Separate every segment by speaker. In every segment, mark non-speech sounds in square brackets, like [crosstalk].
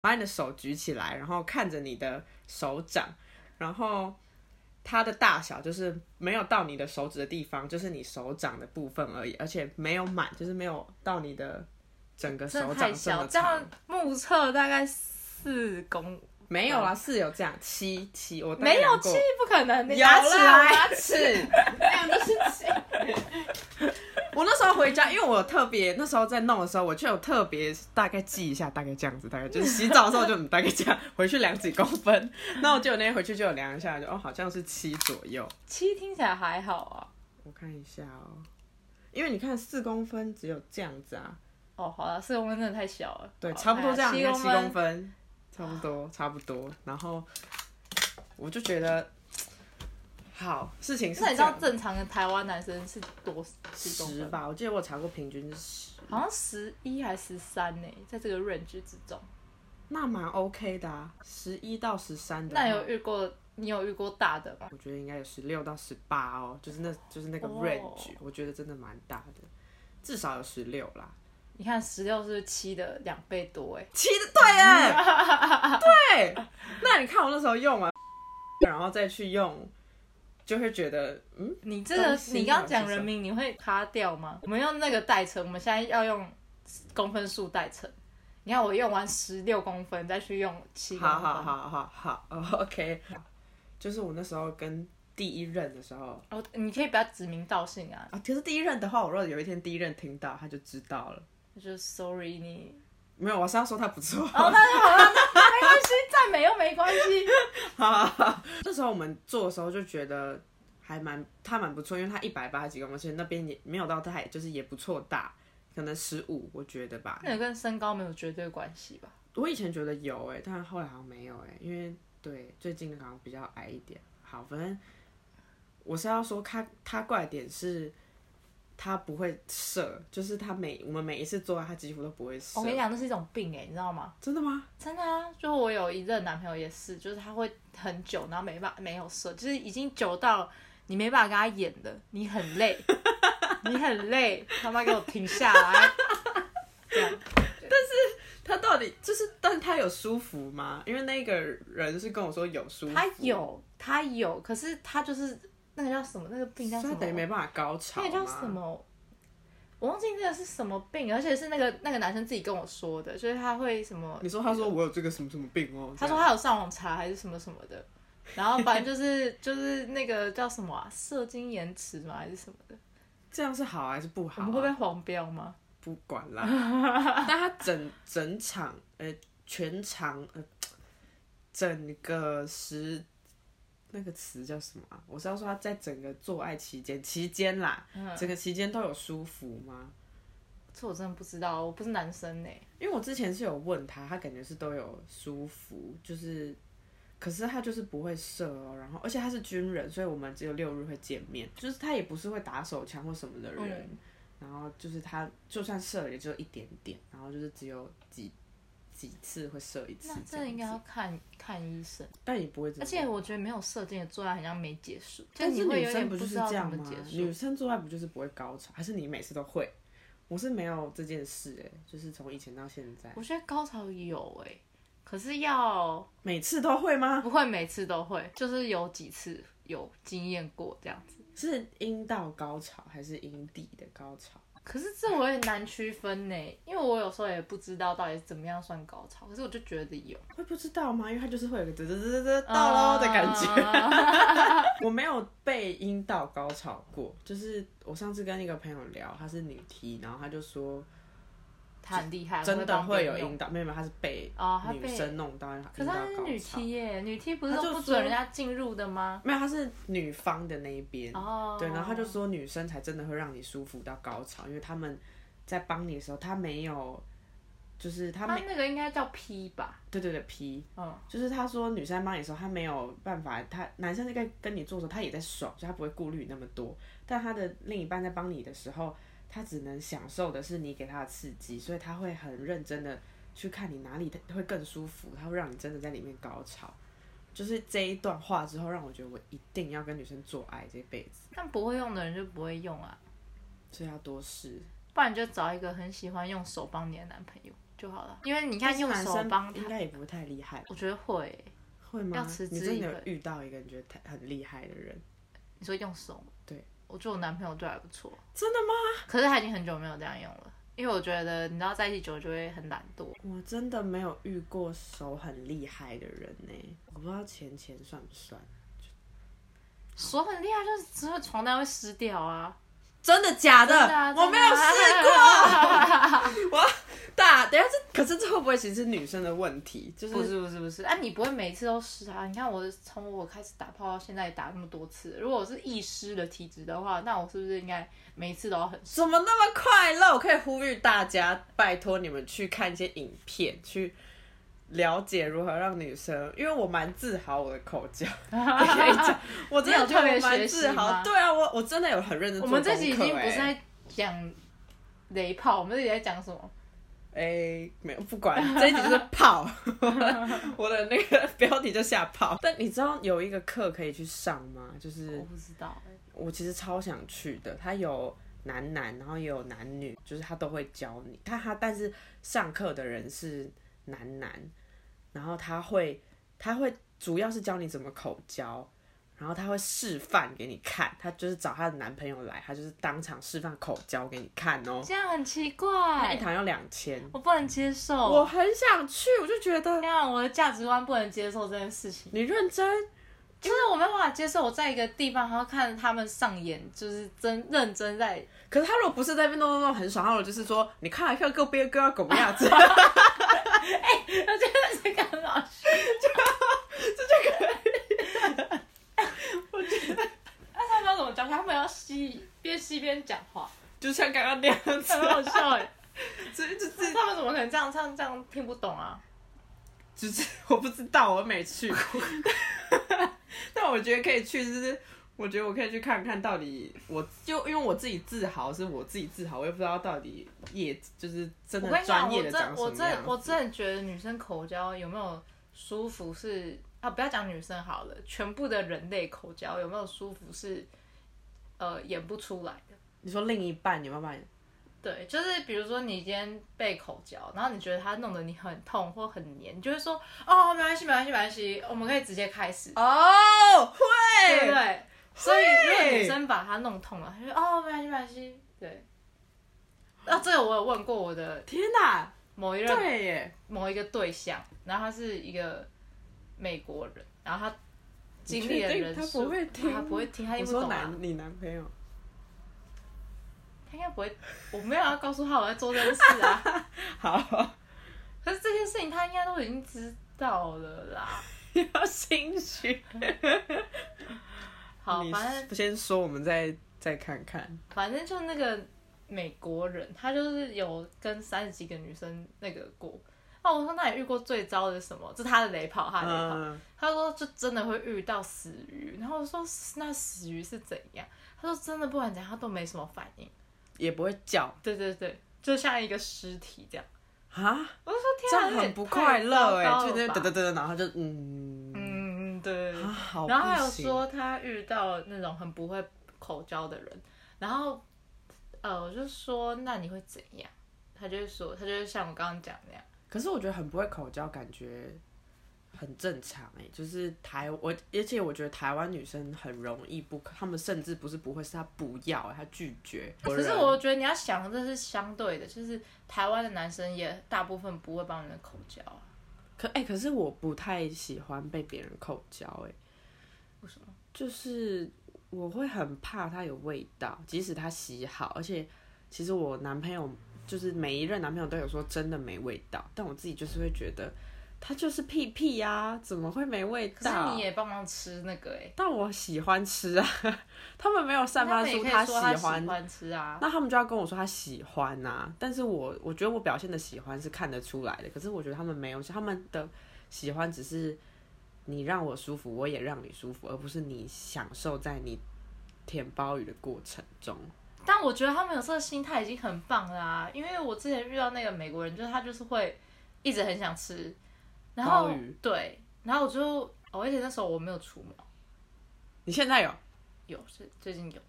Speaker 1: 把你的手举起来，然后看着你的手掌，然后它的大小就是没有到你的手指的地方，就是你手掌的部分而已，而且没有满，就是没有到你的整个
Speaker 2: 真
Speaker 1: 手
Speaker 2: 的
Speaker 1: 掌
Speaker 2: 太
Speaker 1: 这么
Speaker 2: 小，这样
Speaker 1: 长。
Speaker 2: 目测大概四公，
Speaker 1: 没有啦，是有这样七七，我大概
Speaker 2: 没有
Speaker 1: 量过
Speaker 2: 七不可能，你
Speaker 1: 有啦
Speaker 2: 拿起哎来
Speaker 1: 牙 [laughs] 齿，两个是七。我那时候回家，因为我特别那时候在弄的时候，我就有特别大概记一下，大概这样子，大概就是洗澡的时候就嗯大概这样，回去量几公分。 [laughs] 那我就那天回去就有量一下，就哦好像是七左右。
Speaker 2: 七听起来还好啊。
Speaker 1: 我看一下哦，因为你看四公分只有这样子啊，
Speaker 2: 哦，好了，四公分真的太小了。
Speaker 1: 对，
Speaker 2: 好
Speaker 1: 差不多这样，
Speaker 2: 哎
Speaker 1: 你
Speaker 2: 呀
Speaker 1: 看
Speaker 2: 七
Speaker 1: 七
Speaker 2: 公
Speaker 1: 公
Speaker 2: 分。
Speaker 1: 分，差不多，差不多。然后我就觉得，好，事情是
Speaker 2: 那你知
Speaker 1: 这
Speaker 2: 道
Speaker 1: 样
Speaker 2: 正常的台湾男生是多几公
Speaker 1: 十
Speaker 2: 分？
Speaker 1: 吧，我记得我查过平均是十，
Speaker 2: 好像十一还十三呢，在这个 range 之中。
Speaker 1: 那蛮 OK 的啊，十一到十三的话。
Speaker 2: 那有遇过？你有遇过大的吗？
Speaker 1: 我觉得应该有十六到十八哦，就是那就是那个
Speaker 2: 哦
Speaker 1: range，、我觉得真的蛮大的，至少有十六啦。
Speaker 2: 你看十六是七的两倍多哎。
Speaker 1: 七的对哎，对，那你看我那时候用完， [laughs] 然后再去用，就会觉得嗯，
Speaker 2: 你这个
Speaker 1: 东，西
Speaker 2: 你
Speaker 1: 嘛
Speaker 2: 刚刚讲
Speaker 1: 是什
Speaker 2: 人
Speaker 1: 么
Speaker 2: 名，你会卡掉吗？我们用那个代称，我们现在要用公分数代称。你看我用完十六公分，再去用七公
Speaker 1: 好
Speaker 2: 分。
Speaker 1: 好好好好、哦、，OK，就是我那时候跟第一任的时候
Speaker 2: 哦，你可以不要指名道姓啊，
Speaker 1: 啊，可是第一任的话，我如果有一天第一任听到，他就知道了。
Speaker 2: 就是 sorry 你。
Speaker 1: 没有，我是要说他不错。
Speaker 2: 哦，那就 [laughs] 好了，那没关系，赞美又没关 [laughs] 系。
Speaker 1: 那时候我们做的时候就觉得还蛮他蛮不错，因为他一百八十几公分，所以那边也没有到太就是也不错大，可能十五我觉得吧。
Speaker 2: 那个跟身高没有绝对关系吧？
Speaker 1: 我以前觉得有哎、但后来好像没有哎、因为对最近好像比较矮一点。好，反正我是要说他他怪点是。他不会射，就是他每我们每一次做爱，他几乎都不会射
Speaker 2: 我。跟你讲，那是一种病哎、你知道吗？
Speaker 1: 真的吗？
Speaker 2: 真的啊，就我有一任男朋友也是，就是他会很久，然后没办法没有射，就是已经久到你没办法跟他演了，你很
Speaker 1: [laughs]
Speaker 2: 累，你很累，他妈给我停下来。这
Speaker 1: 啊
Speaker 2: 样
Speaker 1: 他到底就是，但他有舒服吗？因为那个人是跟我说有舒服，
Speaker 2: 他有他有，可是他就是那个叫什么那个病叫什
Speaker 1: 所以
Speaker 2: 么
Speaker 1: 他？等于没办法高潮
Speaker 2: 那
Speaker 1: 吗。
Speaker 2: 个叫什么？我忘记那个是什么病，而且是那个那个男生自己跟我说的，就是他会什么
Speaker 1: 你说他说我有这个什么什么病哦？
Speaker 2: 他说他有上网查还是什么什么的，然后反正就是就是那个叫什么啊，射精延迟嘛还是什么的，
Speaker 1: 这样是好还是不好
Speaker 2: 我
Speaker 1: 啊、
Speaker 2: 们会被黄标吗？
Speaker 1: 不管啦。但他整整场呃全场呃整个十那个词叫什么啊？我是要说他在整个做爱期间期间啦，整个期间都有舒服吗？
Speaker 2: 这我真的不知道，我不是男生呢、欸
Speaker 1: 因为我之前是有问他，他感觉是都有舒服，就是。可是他就是不会射哦，然后而且他是军人，所以我们只有六日会见面，就是他也不是会打手枪或什么的人，
Speaker 2: 嗯，
Speaker 1: 然后就是他就算射了也就一点点，然后就是只有几几次会射一次
Speaker 2: 那
Speaker 1: 这
Speaker 2: 这应该
Speaker 1: 样
Speaker 2: 要
Speaker 1: 子，
Speaker 2: 看看医生，
Speaker 1: 但也不会怎么
Speaker 2: 而
Speaker 1: 样。
Speaker 2: 且我觉得没有射精的做爱好像没结束，
Speaker 1: 但
Speaker 2: 就是你会
Speaker 1: 女
Speaker 2: 有点
Speaker 1: 生不就
Speaker 2: 知
Speaker 1: 是
Speaker 2: 道
Speaker 1: 这
Speaker 2: 怎
Speaker 1: 样
Speaker 2: 么
Speaker 1: 吗
Speaker 2: 结？束
Speaker 1: 女。生做爱不就是不会高潮？还是你每次都会？我是没有这件事哎、就是从以前到现在，
Speaker 2: 我觉得高潮有哎、可是要
Speaker 1: 每次都会吗？
Speaker 2: 不会每次都会，就是有几次有经验过这样子。
Speaker 1: 是阴道高潮还是阴蒂的高潮？
Speaker 2: 可是这我也难区分呢，因为我有时候也不知道到底怎么样算高潮，可是我就觉得有
Speaker 1: 会不知道吗？因为它就是会有个嘚嘚嘚嘚嘚到喽的感觉。
Speaker 2: [laughs] 觉。
Speaker 1: 哦 [laughs] 我没有被阴道高潮过，就是我上次跟一个朋友聊，她是女 T，然后她就说
Speaker 2: 他很厉害，
Speaker 1: 真的会有
Speaker 2: 音。
Speaker 1: 阴道，没有没有，她是被
Speaker 2: 哦她被
Speaker 1: 女生弄到阴
Speaker 2: 可
Speaker 1: 道
Speaker 2: 是
Speaker 1: 高
Speaker 2: 她是女
Speaker 1: 潮，
Speaker 2: 踢耶，女踢不是
Speaker 1: 她
Speaker 2: 都
Speaker 1: 就
Speaker 2: 不
Speaker 1: 说
Speaker 2: 准人家进入的吗？
Speaker 1: 没有，她是女方的那一边，
Speaker 2: 哦，
Speaker 1: 嗯对，然后她就说女生才真的会让你舒服到高潮，因为他们在帮你的时候，她没有，就是她
Speaker 2: 他
Speaker 1: 没，
Speaker 2: 那个应该叫 P 吧，
Speaker 1: 对对对，P，
Speaker 2: 嗯，
Speaker 1: 就是她说女生在帮你的时候，她没有办法，她男生在跟跟你做的时候，他也在爽，所以他不会顾虑你那么多。但他的另一半在帮你的时候，他只能享受的是你给他的刺激，所以他会很认真的去看你哪里会更舒服，他会让你真的在里面高潮。就是这一段话之后，让我觉得我一定要跟女生做爱这辈子，
Speaker 2: 但不会用的人就不会用啊，
Speaker 1: 所以要多试。
Speaker 2: 不然你就找一个很喜欢用手帮你的男朋友。就好了。因为你看用
Speaker 1: 男
Speaker 2: 手
Speaker 1: 生
Speaker 2: 帮
Speaker 1: 应
Speaker 2: 他，
Speaker 1: 该也不太厉害，
Speaker 2: 我觉得会欸、
Speaker 1: 会吗？
Speaker 2: 要持之
Speaker 1: 你真的
Speaker 2: 以
Speaker 1: 有
Speaker 2: 恒
Speaker 1: 遇到一个你觉得太很厉害的人？
Speaker 2: 你说用手吗？
Speaker 1: 对，
Speaker 2: 我觉得我男朋友对我还不错，
Speaker 1: 真的吗？
Speaker 2: 可是他已经很久没有这样用了，因为我觉得你知道在一起久了就会很懒惰。
Speaker 1: 我真的没有遇过手很厉害的人呢、我不知道钱钱算不算？
Speaker 2: 手很厉害，就是只会床单会湿掉啊！
Speaker 1: 真的假的？
Speaker 2: 真啊的啊
Speaker 1: 我没有试过。我大等一下这可是这会不会其实是女生的问题？就是
Speaker 2: [laughs] 不是不是不是，啊，你不会每次都湿啊？你看我从我开始打泡到现在也打那么多次，如果我是易湿的体质的话，那我是不是应该每一次都要很
Speaker 1: [laughs]
Speaker 2: 湿？
Speaker 1: 怎么那么快乐？我可以呼吁大家，拜托你们去看一些影片，去了解如何让女生，因为我蛮自豪我的口交，我可
Speaker 2: 啊
Speaker 1: 以讲，我真的觉得我蛮自
Speaker 2: 你有特别学习吗
Speaker 1: 豪。对啊，我我真的有很认真
Speaker 2: [laughs] 我
Speaker 1: 做功
Speaker 2: 们
Speaker 1: 课、
Speaker 2: 这
Speaker 1: 欸。
Speaker 2: 集已经不是在讲雷炮，我们这集在讲什么？
Speaker 1: 哎、没有不
Speaker 2: [laughs]
Speaker 1: 管，这一集就是炮， [laughs] 我的那个标题就下炮。但你知道有一个课可以去上吗？就是
Speaker 2: 我不知道、欸。
Speaker 1: 我其实超想去的，他有男男，然后也有男女，就是他都会教你。他他但是上课的人是男男，然后他会他会主要是教你怎么口交，然后他会示范给你看。他就是找他的男朋友来，他就是当场示范口交给你看哦。
Speaker 2: 这样很奇
Speaker 1: 那一
Speaker 2: 怪，
Speaker 1: 堂要两千，
Speaker 2: 我不能接受。
Speaker 1: 我很想去，我就觉得
Speaker 2: 这样我的价值观不能接受这件事情，
Speaker 1: 你认真
Speaker 2: 就是我没办法接受我在一个地方，然后看着他们上演，就是真认真在
Speaker 1: 可是他如果不是在那边弄弄弄很爽，他如果就是说，你看来看个别哥狗样子， [laughs]
Speaker 2: 我觉得这个很好笑，就这就可以。我觉得， [laughs] 那他们要怎么教？他们要吸，边吸边讲 [laughs] 话，
Speaker 1: 就像刚刚那样子，
Speaker 2: 很好笑哎。
Speaker 1: 这这这
Speaker 2: 他们怎么可能这样唱？这样听不懂啊？
Speaker 1: 就是我不知道，我没去过，但我觉得可以去，就是我觉得我可以去看看到底，我就因为我自己自豪是我自己自豪，我也不知道到底业就是真
Speaker 2: 我
Speaker 1: 的
Speaker 2: 跟你讲，
Speaker 1: 专业
Speaker 2: 我
Speaker 1: 的
Speaker 2: 真
Speaker 1: 长什
Speaker 2: 我
Speaker 1: 么样
Speaker 2: 真我
Speaker 1: 子。
Speaker 2: 真的觉得女生口交有没有舒服是啊？不要讲女生好了，全部的人类口交有没有舒服是呃演不出来的。
Speaker 1: 你说另一半有没有把你？
Speaker 2: 对，就是比如说你今天被口交，然后你觉得它弄得你很痛或很黏，你就会说哦，没关系，没关系，没关系，我们可以直接开始，
Speaker 1: 哦，
Speaker 2: 对
Speaker 1: 会，
Speaker 2: 不对？所以如果女生把它弄痛了，她就说哦，没关系，没关系，对。那、这个我有问过我的
Speaker 1: 天哪，
Speaker 2: 某一任
Speaker 1: 对耶，
Speaker 2: 某一个对象，然后他是一个美国人，然后他经历的
Speaker 1: 你确定
Speaker 2: 人
Speaker 1: 他
Speaker 2: 数
Speaker 1: 不会听，
Speaker 2: 他不会听，他听
Speaker 1: 我
Speaker 2: 不
Speaker 1: 说
Speaker 2: 懂啊，
Speaker 1: 男你男朋友，
Speaker 2: 他应该不会，我没有要告诉他我在做这件事
Speaker 1: [laughs]
Speaker 2: 啊，
Speaker 1: 好， [laughs]
Speaker 2: 可是这件事情他应该都已经知道了啦。
Speaker 1: 要心虚。
Speaker 2: 好，
Speaker 1: 你
Speaker 2: 反正
Speaker 1: 先说，我们再再看看。
Speaker 2: 反正就那个美国人，他就是有跟三十几个女生那个过。哦，我说那你遇过最糟的是什么？这是他的雷炮，他的雷炮。
Speaker 1: 嗯，
Speaker 2: 他说就真的会遇到死鱼，然后我说那死鱼是怎样？他说真的不管怎样他都没什么反应。
Speaker 1: 也不会叫
Speaker 2: 对对对，就像一个尸体这样。
Speaker 1: 啊，
Speaker 2: 我就说
Speaker 1: 这
Speaker 2: 天啊，
Speaker 1: 样很不快乐哎、
Speaker 2: 哎，
Speaker 1: 就那
Speaker 2: 对
Speaker 1: 噔噔
Speaker 2: 对，
Speaker 1: 噔噔，然后就嗯
Speaker 2: 嗯嗯对对对
Speaker 1: 啊，。好
Speaker 2: 然后还
Speaker 1: 不
Speaker 2: 有
Speaker 1: 行
Speaker 2: 说他遇到那种很不会口交的人，然后呃，我就说那你会怎样？他就会说，他就会像我刚刚讲那样，
Speaker 1: 可是我觉得很不会口交，感觉很正常哎、就是台我，而且我觉得台湾女生很容易不，她们甚至不是不会，是她不要、欸她拒绝。
Speaker 2: 可是我觉得你要想，这是相对的，就是台湾的男生也大部分不会帮人口交啊。
Speaker 1: 可哎、可是我不太喜欢被别人口交哎、
Speaker 2: 为什么？
Speaker 1: 就是我会很怕它有味道，即使它洗好，而且其实我男朋友就是每一任男朋友都有说真的没味道，但我自己就是会觉得它就是屁屁呀、怎么会没味
Speaker 2: 可是
Speaker 1: 道
Speaker 2: 你？也帮忙吃那个哎、欸，
Speaker 1: 但我喜欢吃啊， [laughs] 他们没有散发
Speaker 2: 那你
Speaker 1: 出
Speaker 2: 也可以
Speaker 1: 喜
Speaker 2: 说他喜
Speaker 1: 欢，
Speaker 2: 欢吃啊。
Speaker 1: 那他们就要跟我说他喜欢呐、啊但是我我觉得我表现的喜欢是看得出来的，可是我觉得他们没有，他们的喜欢只是你让我舒服，我也让你舒服，而不是你享受在你舔鲍鱼的过程中。
Speaker 2: 但我觉得他们有这个心态已经很棒啦、因为我之前遇到那个美国人，就是他就是会一直很想吃，然后
Speaker 1: 鲍鱼
Speaker 2: 对，然后我就哦，而且那时候我没有除毛，
Speaker 1: 你现在有
Speaker 2: 有是最近有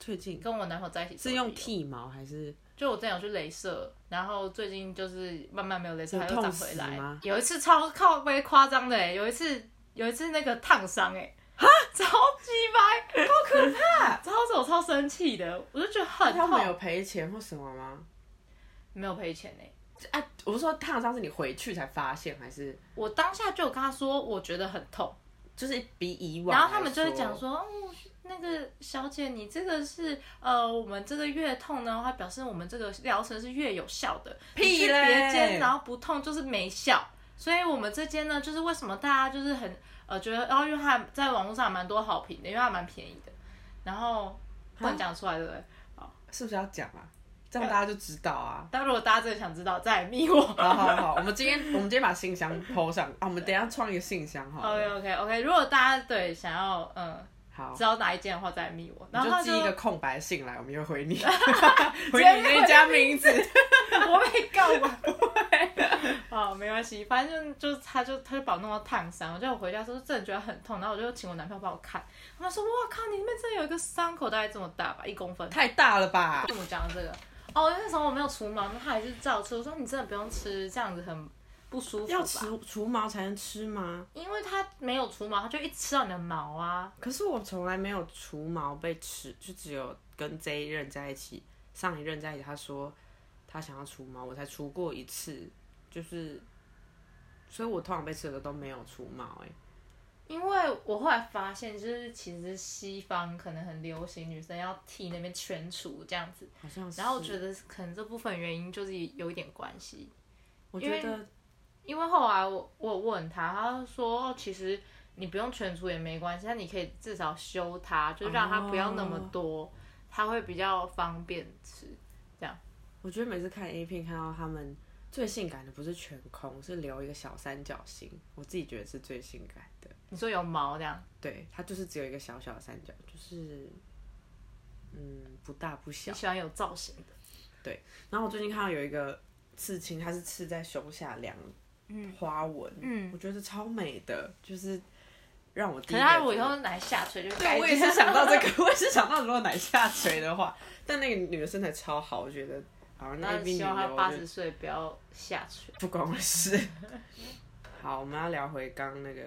Speaker 1: 最近
Speaker 2: 跟我男朋友在一起的时
Speaker 1: 是
Speaker 2: 候
Speaker 1: 用
Speaker 2: 有
Speaker 1: 剃毛还是
Speaker 2: 就我之前有去镭射，然后最近就是慢慢没有镭射，
Speaker 1: 有
Speaker 2: 它又长
Speaker 1: 痛
Speaker 2: 回
Speaker 1: 死
Speaker 2: 来
Speaker 1: 吗。
Speaker 2: 有一次超靠背夸张的、欸，有一次有一次那个烫伤哎、欸， [laughs] 超级白，好可怕， [laughs] 超我超生气的，我就觉得很
Speaker 1: 他
Speaker 2: 痛，
Speaker 1: 们有赔钱或什么吗？
Speaker 2: 没有赔钱哎、
Speaker 1: 哎、我是说烫伤是你回去才发现，还是
Speaker 2: 我当下就有跟他说，我觉得很痛，
Speaker 1: 就是比以往？
Speaker 2: 然后他们就会讲，说，嗯，那个小姐，你这个是呃，我们这个越痛呢，它表示我们这个疗程是越有效的。
Speaker 1: 屁
Speaker 2: 你去
Speaker 1: 嘞
Speaker 2: 别间然后不痛就是没效，所以我们这间呢，就是为什么大家就是很呃觉得，然、后因为它在网络上还蛮多好评的，因为它蛮便宜的，然后不
Speaker 1: 啊
Speaker 2: 能讲出来对不对？
Speaker 1: 是不是要讲啊？这样大家就知道啊。
Speaker 2: 但如果大家真的想知道，再来密
Speaker 1: [laughs]
Speaker 2: 我。
Speaker 1: 好好好，我们今天我们今天把信箱抛上啊，我们等一下创一个信箱好了
Speaker 2: OK OK OK，如果大家对想要嗯
Speaker 1: 好，
Speaker 2: 知道哪一间的话，再来密我。然
Speaker 1: 你
Speaker 2: 后他
Speaker 1: 就
Speaker 2: 就
Speaker 1: 寄一个空白信来，我们就回你， [laughs] 回你那家名 [laughs] 字。
Speaker 2: 我被告吧？不 [laughs] 会。好，没关系，反正就就他就他就把我弄到烫伤，我就回家说真的觉得很痛，然后我就请我男朋友帮我看，他们说哇靠，你那边真的有一个伤口，大概这么大吧，一公分。
Speaker 1: 太大了吧？
Speaker 2: 跟我讲这个，哦，那时候我没有除毛，他还是照吃。我说你真的不用吃，这样子很不舒服
Speaker 1: 要
Speaker 2: 吧？
Speaker 1: 除除毛才能吃吗？
Speaker 2: 因为他没有除毛，他就一直吃到你的毛啊。
Speaker 1: 可是我从来没有除毛被吃，就只有跟这一任在一起，上一任在一起，他说他想要除毛，我才除过一次，就是，所以我通常被吃的都没有除毛、欸，
Speaker 2: 因为我后来发现，就是其实西方可能很流行女生要剃那边全除这样子，
Speaker 1: 好像是。
Speaker 2: 然后我觉得可能这部分原因就是有一点关系。
Speaker 1: 我觉得
Speaker 2: 因为后来我我有问他，他就说、哦、其实你不用全除也没关系，但你可以至少修它，就让它不要那么
Speaker 1: 哦
Speaker 2: 多，它会比较方便吃。
Speaker 1: 我觉得每次看 A 片看到他们最性感的不是全空，是留一个小三角形，我自己觉得是最性感的。
Speaker 2: 你说有毛这样，
Speaker 1: 对，它就是只有一个小小的三角，就是嗯不大不小
Speaker 2: 你。喜欢有造型的？
Speaker 1: 然后我最近看到有一个刺青，它是刺在胸下两花纹，
Speaker 2: 嗯，
Speaker 1: 我觉得超美的，就是让我第
Speaker 2: 可
Speaker 1: 一
Speaker 2: 是
Speaker 1: 个
Speaker 2: 他
Speaker 1: 觉得
Speaker 2: 如果以后拿来下垂就改
Speaker 1: 对，我也是想到这个， [laughs] 我也是想到如果奶下垂的话，但那个女的身材超好，我觉得啊，那 A
Speaker 2: [laughs] 那
Speaker 1: B 女
Speaker 2: 希
Speaker 1: 优
Speaker 2: 望他
Speaker 1: 我
Speaker 2: 八
Speaker 1: 就
Speaker 2: 十岁不要下垂。
Speaker 1: 不关我的事。 [laughs] 好，我们要聊回刚刚那个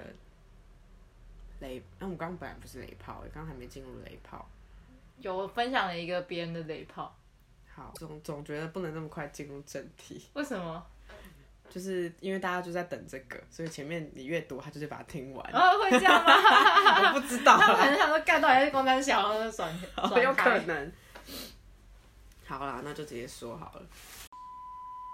Speaker 1: 雷，那、我们刚刚本来不是雷炮，欸刚刚还没进入雷炮。
Speaker 2: 有我分享了一个别人的雷炮，
Speaker 1: 好，总总觉得不能那么快进入正题，
Speaker 2: 为
Speaker 1: [laughs]
Speaker 2: 什么？
Speaker 1: 就是因为大家就在等这个，所以前面你越读，他就是把它听完。 [laughs]
Speaker 2: 哦，会这样吗？
Speaker 1: 我不知道
Speaker 2: 他们可
Speaker 1: 啦，
Speaker 2: 能想说干到底是光山小，然后就转
Speaker 1: 好
Speaker 2: 转
Speaker 1: 哦 [laughs] 有
Speaker 2: 开
Speaker 1: 可能。好啦，那就直接说好了。